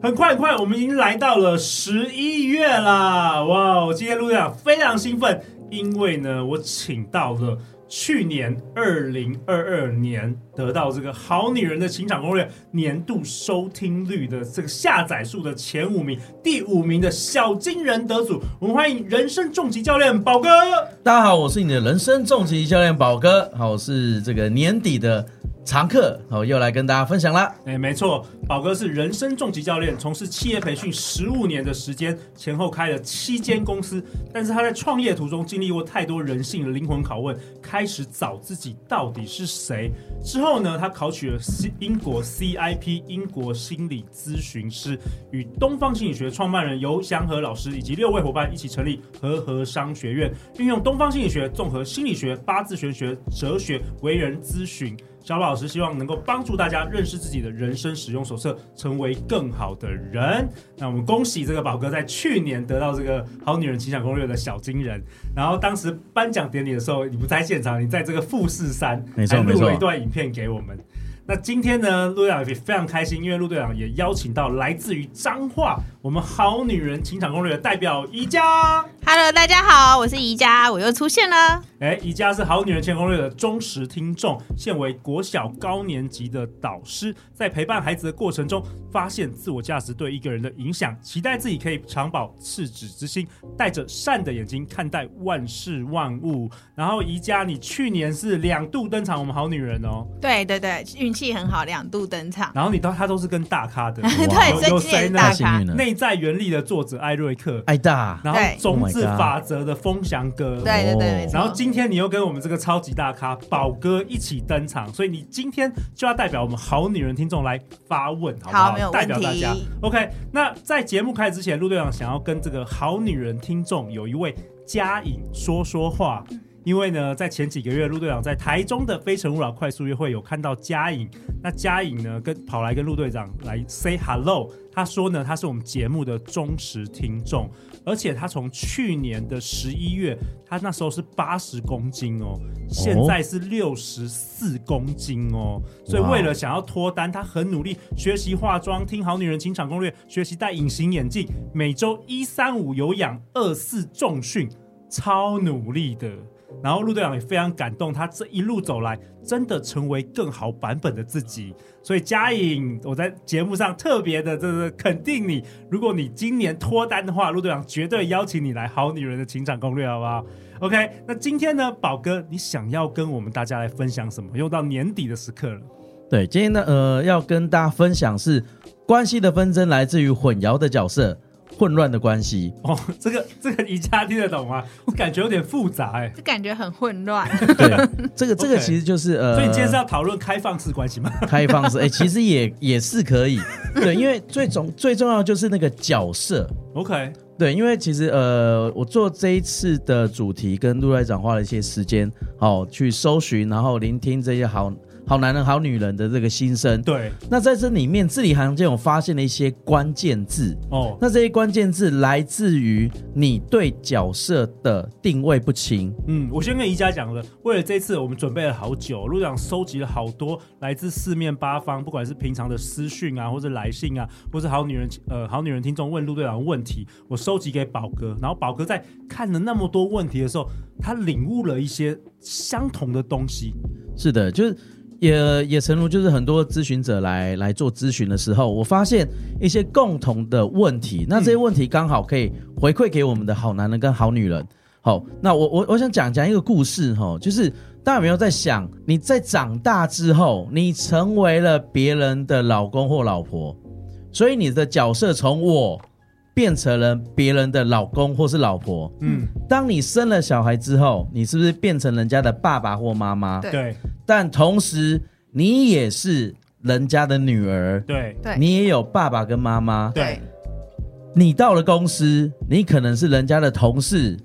很快，很快，我们已经来到了十一月啦！哇，我今天陆队长非常兴奋，因为呢，我请到了去年二零二二年得到这个《好女人的情场攻略》年度收听率的这个下载数的前五名，第五名的小金人得主，我们欢迎人生重疾教练宝哥。大家好，我是你的人生重疾教练宝哥，好，我是这个年底的常客，好，又来跟大家分享啦。哎，没错，宝哥是人生重疾教练，从事企业培训十五年的时间，前后开了七间公司。但是他在创业途中经历过太多人性的灵魂拷问，开始找自己到底是谁。之后呢，他考取了西英国 CIP 英国心理咨询师，与东方心理学创办人游祥和老师以及六位伙伴一起成立和和商学院，运用东方心理学综合心理学、八字玄学、哲学为人咨询。小宝老师希望能够帮助大家认识自己的人生使用手册，成为更好的人。那我们恭喜这个宝哥在去年得到这个《好女人情感攻略》的小金人。然后当时颁奖典礼的时候，你不在现场，你在这个富士山，没错还录没了错一段影片给我们。那今天呢，陆队长也非常开心，因为陆队长也邀请到来自于彰化我们《好女人情场攻略》的代表宜家。 Hello，大家好，我是宜家，我又出现了。哎，宜家是《好女人千攻略》的忠实听众，现为国小高年级的导师，在陪伴孩子的过程中，发现自我价值对一个人的影响，期待自己可以长保赤子之心，带着善的眼睛看待万事万物。然后，宜家，你去年是两度登场我们《好女人》哦，对对对，运气很好，两度登场。然后你到他都是跟大咖的，嗯对，所有以今谁年呢？大幸咖哎运了，内在原力的作者艾瑞克，爱大，然后对种 Oh my 子 God 法则的风翔哥，对对对，哦没错然后今天你又跟我们这个超级大咖宝哥一起登场，所以你今天就要代表我们好女人听众来发问，好不好？好没有问代表题大家。OK，那在节目开始之前，陆队长想要跟这个好女人听众有一位嘉颖说说话。因为呢，在前几个月，陆队长在台中的《非诚勿扰》快速约会有看到嘉颖，那嘉颖呢跟跑来跟陆队长来 say hello，她说呢，她是我们节目的忠实听众，而且她从去年的十一月，她那时候是八十公斤哦，现在是六十四公斤哦，所以哇为了想要脱单，她很努力学习化妆，听《好女人情场攻略》，学习戴隐形眼镜，每周一三五有氧，二四重训，超努力的。然后陆队长也非常感动，他这一路走来，真的成为更好版本的自己。所以嘉颖，我在节目上特别的这个肯定你，如果你今年脱单的话，陆队长绝对邀请你来《好女人的情场攻略》，好不好？OK，那今天呢，宝哥，你想要跟我们大家来分享什么？用到年底的时刻了，对，今天呢，呃，要跟大家分享是关系的纷争来自于混淆的角色，混乱的关系。哦，这个这个宜家听得懂吗？我感觉有点复杂哎、就感觉很混乱。 对，这个这个 OK 其实就是呃，所以你今天是 要讨论开放式关 系吗？开放式，哎、其实也也是可以，对，因为最重最重要就是那个角色， OK，对，因为其实呃，我做这一次的主题跟陆队长花了一些时间，好、去搜寻，然后聆听这些好好男人、好女人的这个心声。对，那在这里面，字里行间我发现了一些关键字。哦，那这些关键字来自于你对角色的定位不清。嗯，我先跟宜家讲了，为了这次我们准备了好久，陆长收集了好多来自四面八方，不管是平常的私讯啊，或是来信啊，或是好女人呃好女人听众问陆队长的问题，我收集给宝哥，然后宝哥在看了那么多问题的时候，他领悟了一些相同的东西，是的，就是也也诚如就是很多咨询者来来做咨询的时候，我发现一些共同的问题，那这些问题刚好可以回馈给我们的好男人跟好女人。好，那我我我想讲讲一个故事哈、哦，就是大家有没有在想，你在长大之后，你成为了别人的老公或老婆，所以你的角色从我变成了别人的老公或是老婆。嗯，当你生了小孩之后，你是不是变成人家的爸爸或妈妈？对对但同时你也是人家的女儿，对对你也有爸爸跟妈 妈。对，你到了公司，你可能是人家的同事、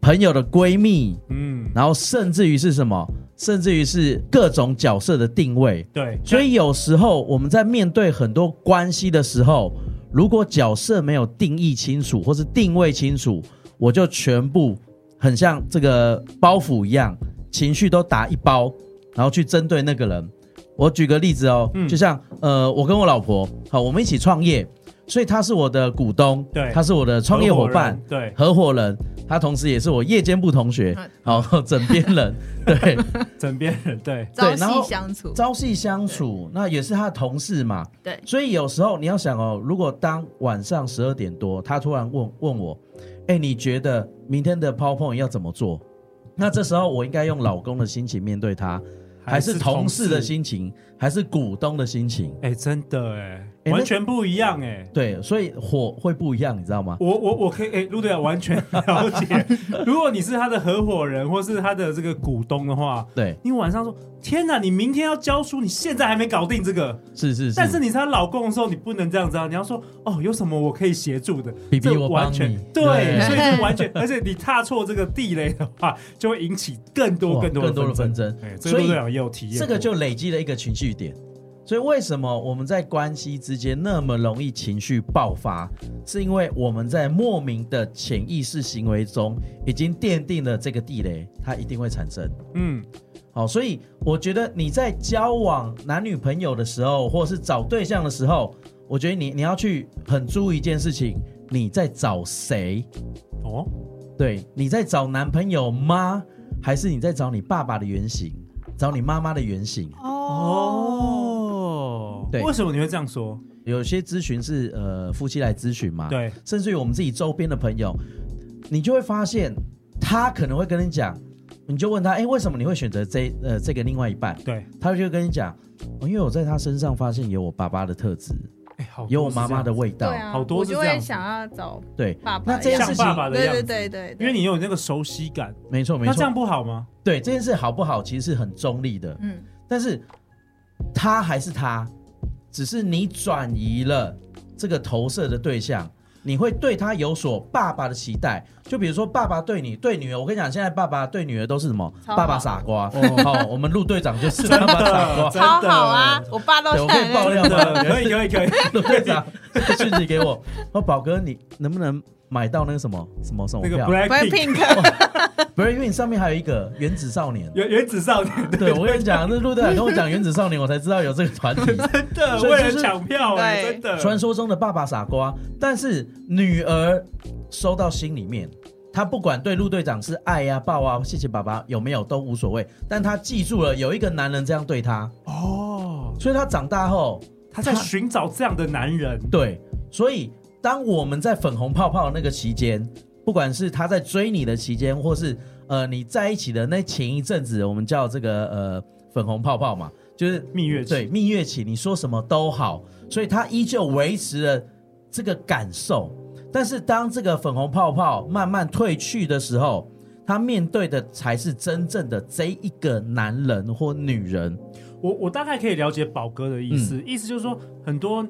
朋友的闺蜜，嗯，然后甚至于是什么，甚至于是各种角色的定位。对，所以有时候我们在面对很多关系的时候，如果角色没有定义清楚或是定位清楚，我就全部很像这个包袱一样，情绪都打一包，然后去针对那个人。我举个例子哦，嗯就像呃，我跟我老婆好，我们一起创业，所以她是我的股东，对她是我的创业伙伴，合伙人，合伙人，她同时也是我夜间部同学，好， 枕边人，对。对，枕边人，对，朝对然后夕相处，朝夕相处，那也是他的同事嘛。对所以有时候你要想哦，如果当晚上十二点多，他突然问问我，哎、你觉得明天的 PowerPoint 要怎么做？那这时候我应该用老公的心情面对他， 还是同事的？心情，还是股东的心情？哎，真的哎，那完全不一样哎。对，所以火会不一样，你知道吗？我我我可以诶，陆队长完全 了解。如果你是他的合伙人或是他的这个股东的话，对，你晚上说：“天哪，你明天要交书，你现在还没搞定这个。是是是，但是你是她老公的时候，你不能这样子啊！你要说：“哦，有什么我可以协助的？”比比这我完帮全你，对，对所以这完全，而 且你踏错这个地雷的话，就会引起更多哇更多更多的纷纷争哎，这个所以陆队长也有体验过，这个就累积了一个情绪点。所以为什么我们在关系之间那么容易情绪爆发，是因为我们在莫名的潜意识行为中已经奠定了这个地雷，它一定会产生。嗯，好，所以我觉得你在交往男女朋友的时候，或是找对象的时候，我觉得你你要去很注意一件事情，你在找谁？哦，对，你在找男朋友吗？还是你在找你爸爸的原型，找你妈妈的原型？哦，哦对为什么你会这样说？有些咨询是呃夫妻来咨询嘛，，对，甚至于我们自己周边的朋友，你就会发现他可能会跟你讲，你就问他，哎、为什么你会选择这呃这个另外一半？对，他就会跟你讲、哦，因为我在他身上发现有我爸爸的特质，哎，好多有我妈妈的是味道，对啊，好多我是就这样会子想要找对爸爸那这件这样事像爸情，爸的样对对子，对对，因为你有那个熟悉感，没错没那这样错，不好吗？对这件事好不好，其实是很中立的，嗯，但是他还是他，只是你转移了这个投射的对象，你会对他有所爸爸的期待。就比如说爸爸对你对女儿，我跟你讲，现在爸爸对女儿都是什么？超好爸爸傻瓜。 哦，我们陆队长 就是爸爸傻瓜。真的超好啊，我爸都对，我啊可以爆料真的吗？可以可以可以，陆队长讯息给我，说宝哥，你能不能买到 那个什么什么什么那个票？不会 Blackpink pink，不是，因为你上面还有一个原子少年。原原子少年，对，我跟你讲，那陆队长跟我讲原子少年，我才知道有这个团体。真的所以为就了是抢票哎，对真的，传说中的爸爸傻瓜，但是女儿收到心里面，她不管对陆队长是爱呀、抱啊、谢谢爸爸有没有都无所谓，但她记住了有一个男人这样对她，哦，所以她长大后，他在寻找这样的男人，对，所以当我们在粉红泡泡那个期间，不管是她在追你的期间，或是呃你在一起的那前一阵子，我们叫这个呃粉红泡泡嘛，就是蜜月期对，蜜月期，你说什么都好，所以他依旧维持了这个感受。但是当这个粉红泡泡慢慢褪去的时候，他面对的才是真正的这一个男人或女人。我我大概可以了解宝哥的意思，嗯意思就是说，很多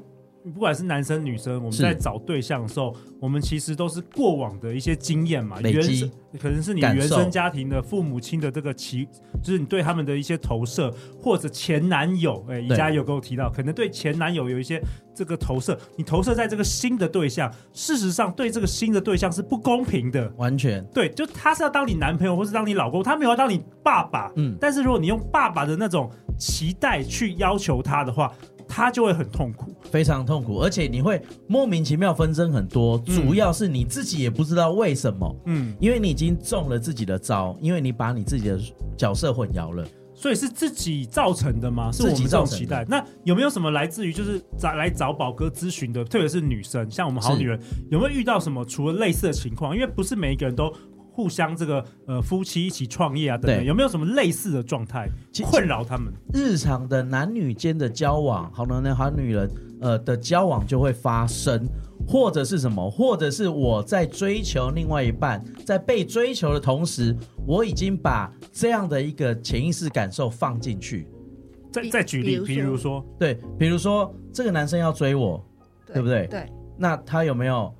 不管是男生女生，我们是在找对象的时候，我们其实都是过往的一些经验嘛，累原积生可能是你感原受生家庭的父母亲的这个期，就是你对他们的一些投射，或者前男友，哎、宜对家有跟我提到，可能对前男友有一些这个投射，你投射在这个新的对象，事实上对这个新的对象是不公平的。完全对，就他是要当你男朋友或是当你老公，他没有要当你爸爸。嗯嗯，但是如果你用爸爸的那种期待去要求他的话，他就会很痛苦。非常痛苦，而且你会莫名其妙纷争很多，嗯主要是你自己也不知道为什么，嗯，因为你已经中了自己的招，因为你把你自己的角色混淆了。所以是自己造成的吗？是我们自己这造种成的期待。那有没有什么来自于就是找来找宝哥咨询的，特别是女生，像我们好是女人，有没有遇到什么除了类似的情况？因为不是每一个人都。互相这个呃夫妻一起创业啊等等，对有没有什么类似的状态其困扰他们？日常的男女间的交往，好男人好女人，呃的交往就会发生，或者是什么，或者是我在追求另外一半，在被追求的同时，我已经把这样的一个潜意识感受放进去。再比再举例，比比如如说，对，比如说这个男生要追我，对不对对，那他有没有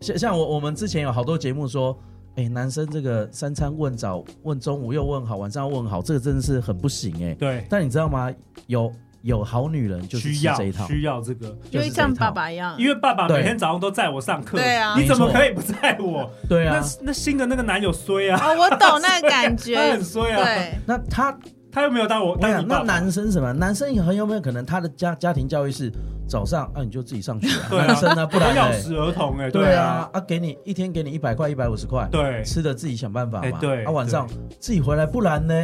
像像我我们之前有好多节目说，哎、男生这个三餐问早问中午又问好，晚上又问好，这个真的是很不行哎、对，但你知道吗？有有好女人就是需吃要这一套，需要这个，就就是会这一像爸套。爸一样，因为爸爸每对天早上都载我上课，啊对啊你怎么没错可以不载我？对啊那，那新的那个男友衰啊，啊，我懂那个 感他觉很，衰啊，对，那他他又没有当我我跟当你讲，你那爸爸，男生什么？男生也很有没有可能他的家家庭教育是早上啊你就自己上学、啊，对啊男生呢不然啃咬嘞死儿童哎，对啊，啊给你一天给你一百块一百五十块，对吃的自己想办法嘛，哎对啊晚上自己回来，不然呢？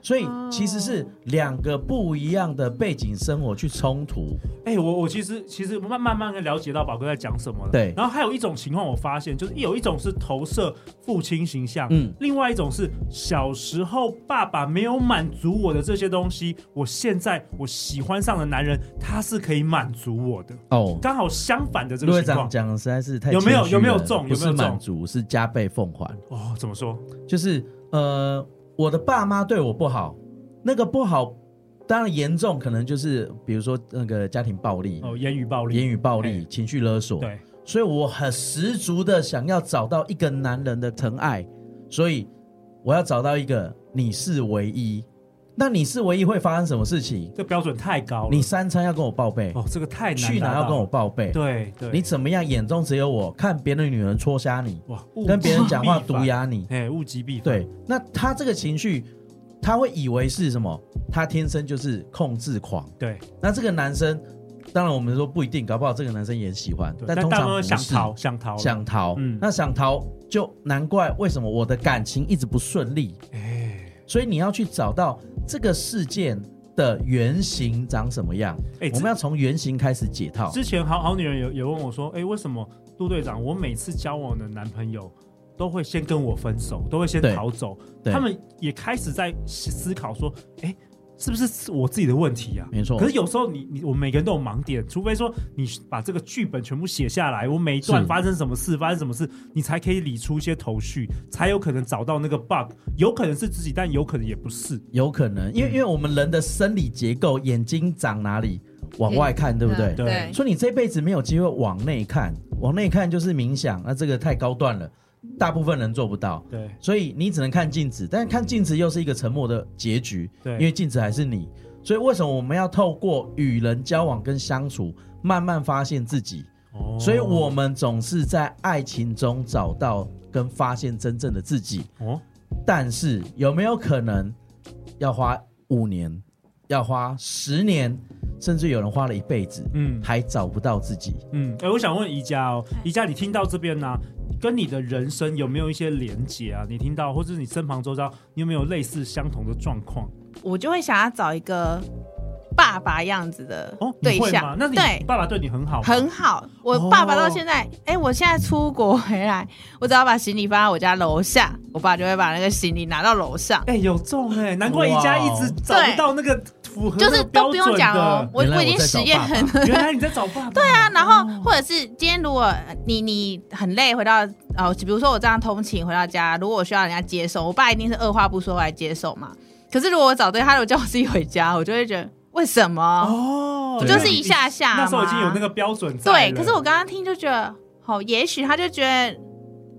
所以其实是两个不一样的背景生活去冲突，哎、我我其实其实慢慢慢的了解到宝哥在讲什么了。对然后还有一种情况，我发现就是有一种是投射父亲形象，嗯另外一种是小时候爸爸没有满足我的这些东西，我现在我喜欢上的男人，他是可以满足我的，哦。刚好相反的这陆个会情长况。讲的实在是太有没有谦虚有没有了中不有没是有中满足，是加倍奉还。哦，怎么说？就是呃，我的爸妈对我不好，那个不好，当然严重可能就是比如说那个家庭暴力、哦，言语暴力，言语暴力、哎情绪勒索，对，所以我很十足的想要找到一个男人的疼爱，所以我要找到一个你是唯一。那你是唯一会发生什么事情？这标准太高了。你三餐要跟我报备，哦，这个太难去达哪到要跟我报备，对对，你怎么样眼中只有我，看别的女人戳瞎你，哇跟别人讲话毒毒，哑你，哎，物极哦必反。对，那他这个情绪，他会以为是什么？他天生就是控制狂。对那这个男生，当然我们说不一定，搞不好这个男生也喜欢对，，但通大常部不分是想逃，想逃了，想逃嗯那想逃就难怪为什么我的感情一直不顺利。哎。所以你要去找到这个事件的原型长什么样，哎我这们要从原型开始解套。之前好好女人有有问我说，哎、为什么陆队长，我每次交往的男朋友都会先跟我分手，都会先对逃走？对他们也开始在思思考说，哎、是不是我自己的问题啊？没错可是有时候你你我们每个人都有盲点，除非说你把这个剧本全部写下来，我每一段是发生什么事，发生什么事，你才可以理出一些头绪，才有可能找到那个 bug。有可能是自己，但有可能也不是。有可能，嗯因为因为我们人的生理结构，眼睛长哪里，往外看，对不对？嗯对对，所以你这辈子没有机会往内看，往内看就是冥想，那这个太高段了，大部分人做不到。对所以你只能看镜子，但是看镜子又是一个沉默的结局，对因为镜子还是你。所以为什么我们要透过与人交往跟相处，慢慢发现自己？哦所以我们总是在爱情中找到跟发现真正的自己。哦，但是有没有可能要花五年，要花十年，甚至有人花了一辈子，嗯还找不到自己？嗯，哎、我想问宜家哦，宜家，你听到这边呢、跟你的人生有没有一些连结啊？你听到，或者是你身旁周遭，你有没有类似相同的状况？我就会想要找一个爸爸样子的哦，你对会吗象，那你对，爸爸对你很好吗，很好。我哦爸爸到现在，哎、我现在出国回来，我只要把行李放在我家楼下，我爸就会把那个行李拿到楼上，哎、有中哎、难怪宜家一直找不到那个符合那就个是都不标用准讲哦的。。我原来已经在实找验爸爸很原来你在找爸爸，对啊，然后哦或者是今天如果呃你你很累回到哦，比如说我这样通勤回到家，如果我需要人家接送，我爸一定是二话不说来接送嘛。可是如果我找对他，我叫我自己回家，我就会觉得为什么？哦，我就是一下下嘛那时候已经有那个标准在对，了可是我刚刚听就觉得，好、也许他就觉得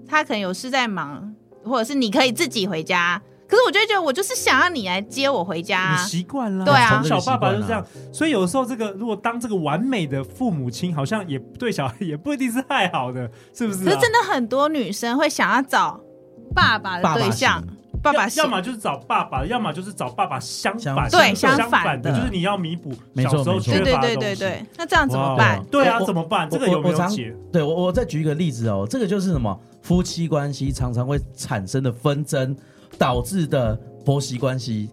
他可能有事在忙，或者是你可以自己回家。可是我就会觉得我就是想要你来接我回家你，习惯了，对啊从小爸爸就是这样，啊所以有时候这个如果当这个完美的父母亲，好像也对小孩也不一定是太好的，是不是、啊？可是真的很多女生会想要找爸爸的爸爸对象，型爸爸要型要么就是找爸爸，要么就是找爸爸相反的，相对相相反反的，的就是你要弥补没小错时候没错对缺对乏的对对东西对，那这样怎哇么办？对啊，我怎么办？这个我有没我有常解？对我，我再举一个例子哦，这个就是什么夫妻关系常常会产生的纷争导致的婆媳关系。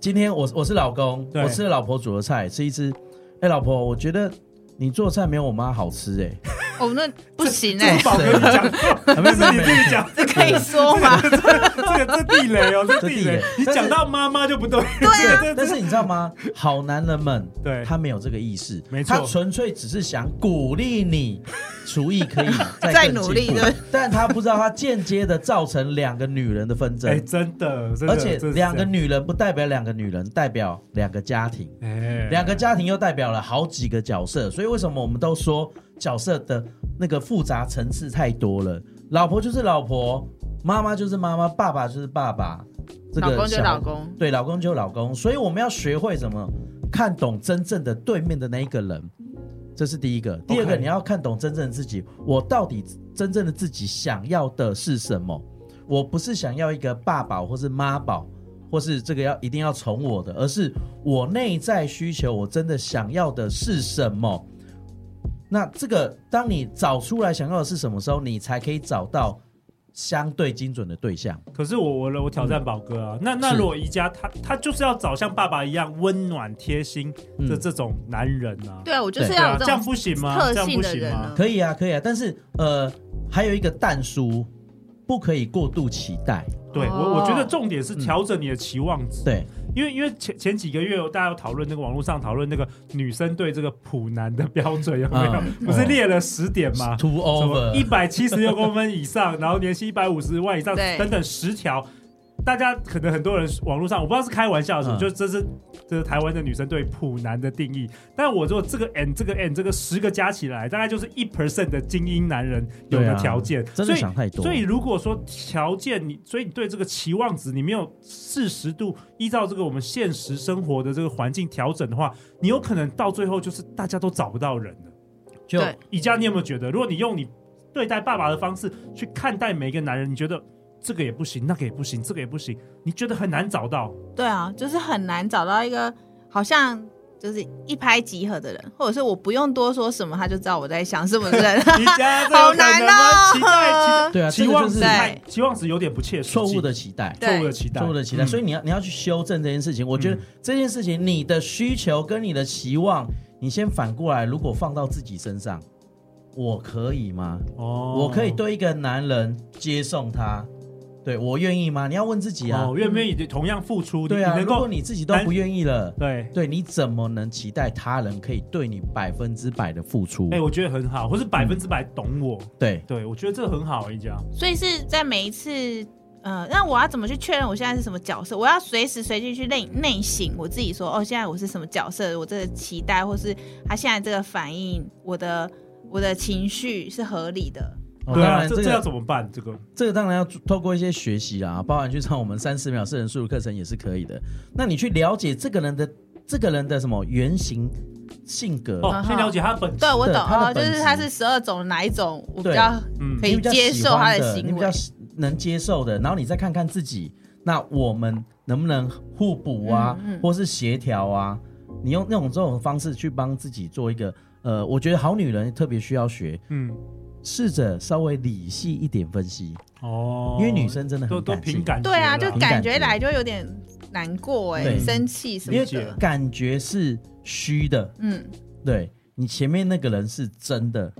今天我我是老公，对我吃了老婆煮的菜，吃一吃。哎、老婆，我觉得你做的菜没有我妈好吃哎、哦我们那不行哦这哎、 是宝哥你讲， 没 这是你自己讲，可以说吗？ 这个这地雷哦，这这地地雷雷，你但是讲到妈妈就不 对，对啊但是你知道吗？好男人们，对他没有这个意识，没错他纯粹只是想鼓励你厨艺 可以再再更努进力步对但他不知道他间接的造成两个女人的纷哎，争，真的，真的而且这是两个女人不代表两个女人，代表两个家庭，哎两个家庭又代表了好几个角色，所以为什么我们都说角色的那个复杂层次太多了？老婆就是老婆，妈妈就是妈妈，爸爸就是爸爸，这个老公就小老公，对，老公就老公，所以我们要学会什么？看懂真正的对面的那一个人，这是第一个。第二个，你要看懂真正的自己，我到底真正的自己想要的是什么？我不是想要一个爸宝或是妈宝，或是这个要一定要宠我的，而是我内在需求，我真的想要的是什么？那这个，当你找出来想要的是什么时候，你才可以找到相对精准的对象。可是我我我挑战宝哥啊，那那嗯是如果宜家他他就是要找像爸爸一样温暖贴心嗯的这种男人啊，对啊，我就是对对要啊，有这这样种不行吗？特这样性不的行人吗啊？。可以啊，可以啊，但是呃，还有一个淡书，不可以过度期待。对我，哦我觉得重点是调整你的期望值，对，因为因为前前几个月大家有讨论那个网络上讨论那个女生对这个普男的标准有没有嗯？不是列了十点吗？ ，too 啊什么 over，一百七十六公分以上，然后年薪一百五十万以上对等等十条，大家可能很多人网络上我不知道是开玩笑什么，嗯就这是这是台湾的女生对普男的定义。但我如果这个 n 这个 n 这个十个加起来，大概就是一 percent 的精英男人有对的啊条件，所真的以想太多。所以如果说条件你，所以你对这个期望值你没有适时度依照这个我们现实生活的这个环境调整的话，你有可能到最后就是大家都找不到人了。就对宜家，你有没有觉得，如果你用你对待爸爸的方式去看待每一个男人，你觉得这个也不行，那个也不行，这个也不行，你觉得很难找到？对啊，就是很难找到一个好像就是一拍即合的人，或者是我不用多说什么，他就知道我在想什么 的人。宜家这有好可能难吗哦期待期 对啊，待期这个望就值是在太期望值有点不切实际错误的期待。对错误的期待，嗯错误的期待，所以以你要你要去修正这件事情。我觉得嗯这件事情，你的需求跟你的期望，你先反过来，如果放到自己身上，我可以吗？哦我可以对一个男人接送他，对我愿意吗？你要问自己啊哦，。愿不愿意同样付出？对啊，你如能果够你自己都不愿意了，对。对，你怎么能期待他人可以对你百分之百的付出？哎、我觉得很好，或是百分之百懂我，对，对我觉得这很好，宜家。所以是在每一次，呃，那我要怎么去确认我现在是什么角色？我要随时随地去内内省我自己说，哦，现在我是什么角色？我这个期待，或是他现在这个反应，我的我的情绪是合理的。哦对当啊，然这这这要个嗯怎么办？这个这个当然要透过一些学习啦，啊包含去上我们三十秒私人速度课程也是可以的。那你去了解这个人的这个人的什么原型性格，哦，先了解他的本质，对，我对懂他的哦，就本是质他是十二种哪一种，我比对较嗯可你以比较接喜受他欢的的，你行比较为。喜能接受的，然后你再看看自己，那我们能不能互补啊，嗯嗯或是协调啊？你用那种这种方式去帮自己做一个，呃，我觉得好女人特别需要学，嗯，试着稍微理性一点分析，哦，因为女生真的都很都感性凭感觉对啦，啊，就凭感感觉觉来就有点难过哎、对生气什因么为的。感觉是虚的，嗯，对你前面那个人是真的，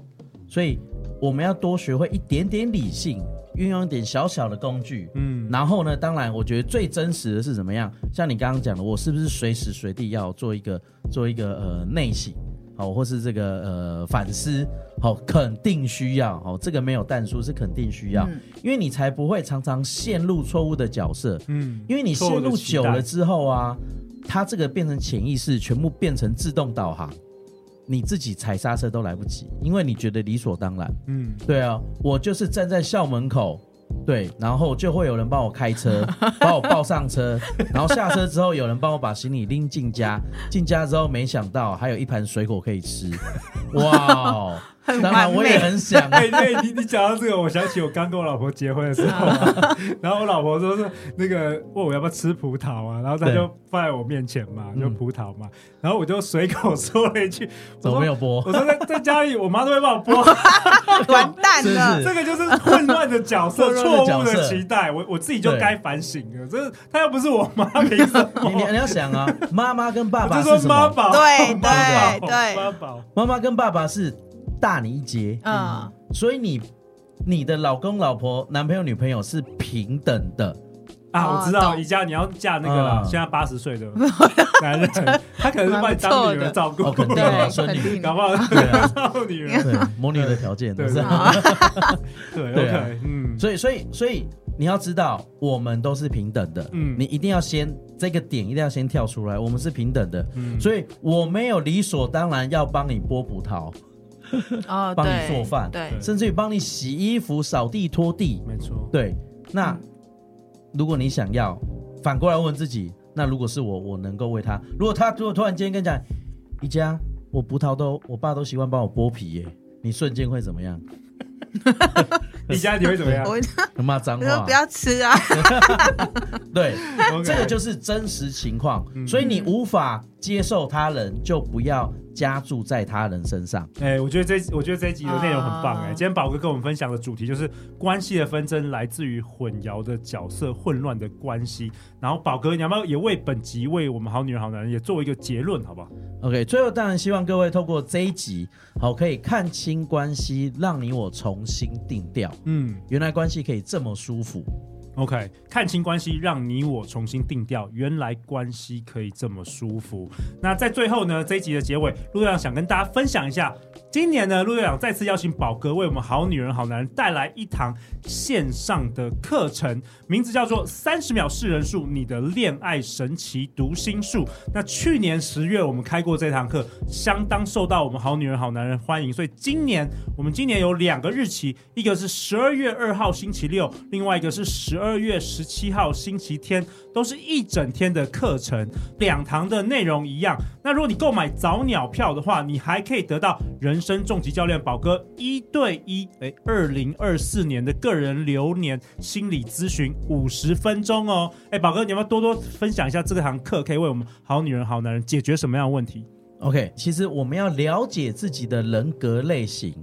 所以我们要多学会一点点理性，运用一点小小的工具。嗯，然后呢，当然，我觉得最真实的是怎么样？像你刚刚讲的，我是不是随时随地要做一个做一个呃内省，好、或是这个呃反思，好、肯定需要，好、这个没有淡出是肯定需要，嗯因为你才不会常常陷入错误的角色，嗯，因为你错误陷的入期久待了之后啊，它这个变成潜意识，全部变成自动导航，你自己踩刹车都来不及，因为你觉得理所当然。嗯，对啊，我就是站在校门口，对，然后就会有人帮我开 车，把我抱上车，然后下车之后有人帮我把行李拎进家，进家之后没想到还有一盘水果可以吃，哇 哦！当然我也很想啊哎、对你 你讲到这个，我想起我刚跟我老婆结婚的时候、 啊，然后我老婆说是那个问我要不要吃葡萄啊，然后她对就放在我面前嘛，就嗯葡萄嘛，然后我就随口说了一句，我怎么说没有播我？说在在家里，我妈都会帮我剥。完蛋是不 了，啊是这个就是混乱的角色， 混乱错的误角色的期待。我我自己就该反省了。这他又不是我妈，凭什么？ 你你你要想啊，妈妈跟爸哦我爸就是说什妈么？宝，对 妈宝 对对妈宝。妈妈跟爸爸是大你一截，嗯，所以你你的老公、老婆、男朋友、女朋友是平等的，啊，哦我知道，懂宜家你要嫁那个啦，嗯现在八十岁的男人，他可能是把你当女儿照顾哦，，肯定嗯对的，孙肯定啊女，的搞不 好对啊当女儿。对，魔女的条件，对不是对啊，对对啊，OK，嗯，所以，所以，所以你要知道，我们都是平等的。嗯嗯，你一定要先这个点，一定要先跳出来，我们是平等的。嗯所以我没有理所当然要帮你剥葡萄，哦，帮对，你做饭对，甚至于帮你洗衣服、扫地、拖地。没错，对，那嗯如果你想要，反过来问自己，那如果是我，我能够为他？如果他如果突然间跟你讲，一家我葡萄都，我爸都习惯帮我剥皮耶，你瞬间会怎么样？宜家你会怎么样？我骂脏我说话不？要吃啊，对， OK 这个就是真实情况嗯，所以你无法接受他人，就不要加注在他人身上。哎，我觉得这我觉得这一集的内容很棒哎。啊今天宝哥跟我们分享的主题就是关系的纷争来自于混淆的角色、混乱的关系。然后宝哥，你要不要也为本集为我们好女人好男人也做一个结论，好不好？ OK，最后当然希望各位透过这一集，好可以看清关系，让你我重新定调。嗯原来关系可以这么舒服， ，OK，看清关系，让你我重新定调，原来关系可以这么舒服。那在最后呢，这一集的结尾，陆队长想跟大家分享一下，今年呢，陆队长再次邀请宝哥为我们好女人好男人带来一堂线上的课程，名字叫做《三十秒识人术：你的恋爱神奇读心术》。那去年十月我们开过这堂课，相当受到我们好女人好男人欢迎，所以今年我们今年有两个日期，一个是十二月二号星期六，另外一个是十二月十七号星期天，都是一整天的课程，两堂的内容一样。那如果你购买早鸟票的话，你还可以得到人生重疾教练宝哥一对一，哎，二零二四年的个人流年心理咨询五十分钟哦。哎，宝哥，你要不要多多分享一下这堂课可以为我们好女人、好男人解决什么样的问题？ OK，其实我们要了解自己的人格类型，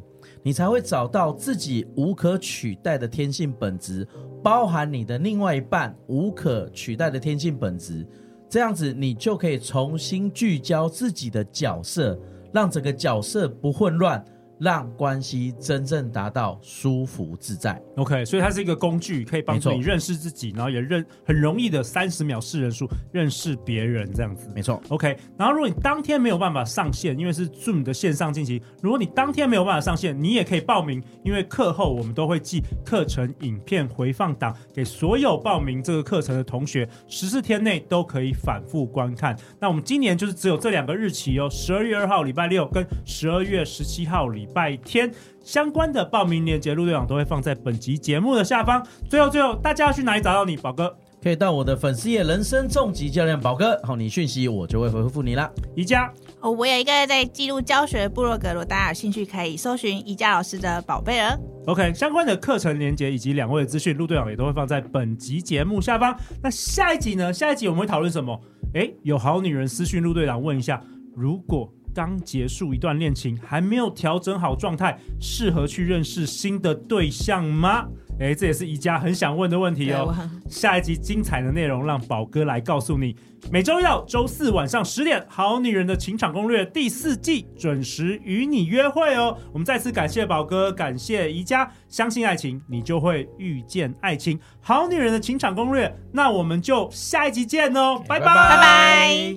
你才会找到自己无可取代的天性本质，包含你的另外一半无可取代的天性本质。这样子，你就可以重新聚焦自己的角色，让整个角色不混乱，让关系真正达到舒服自在。 OK，所以它是一个工具，可以帮助没错你认识自己，然后也认很容易的三十秒识人术认识别人这样子。没错， OK，然后如果你当天没有办法上线，因为是 Zoom 的线上进行，如果你当天没有办法上线，你也可以报名，因为课后我们都会寄课程影片回放档给所有报名这个课程的同学，十四天内都可以反复观看。那我们今年就是只有这两个日期哦，十二月二号礼拜六跟十二月十七号礼拜天。相关的报名链接，陆队长都会放在本集节目的下方。最后，最后，大家要去哪里找到你，宝哥？可以到我的粉丝页“人生重疾教练宝哥”，好，你讯息我就会回复你啦。宜家。 哦，我有一个在记录教学部落格，如果大家有兴趣，可以搜寻宜家老师的宝贝儿。 OK，相关的课程连接以及两位的资讯，陆队长也都会放在本集节目下方。那下一集呢？下一集我们会讨论什么？诶，有好女人私讯陆队长问一下，如果刚结束一段恋情，还没有调整好状态，适合去认识新的对象吗？诶，这也是宜家很想问的问题对我哦很。下一集精彩的内容让宝哥来告诉你。每周一到周四晚上十点，《好女人的情场攻略》第四季准时与你约会哦。我们再次感谢宝哥，感谢宜家，相信爱情，你就会遇见爱情。好女人的情场攻略，那我们就下一集见哦，拜拜拜拜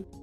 拜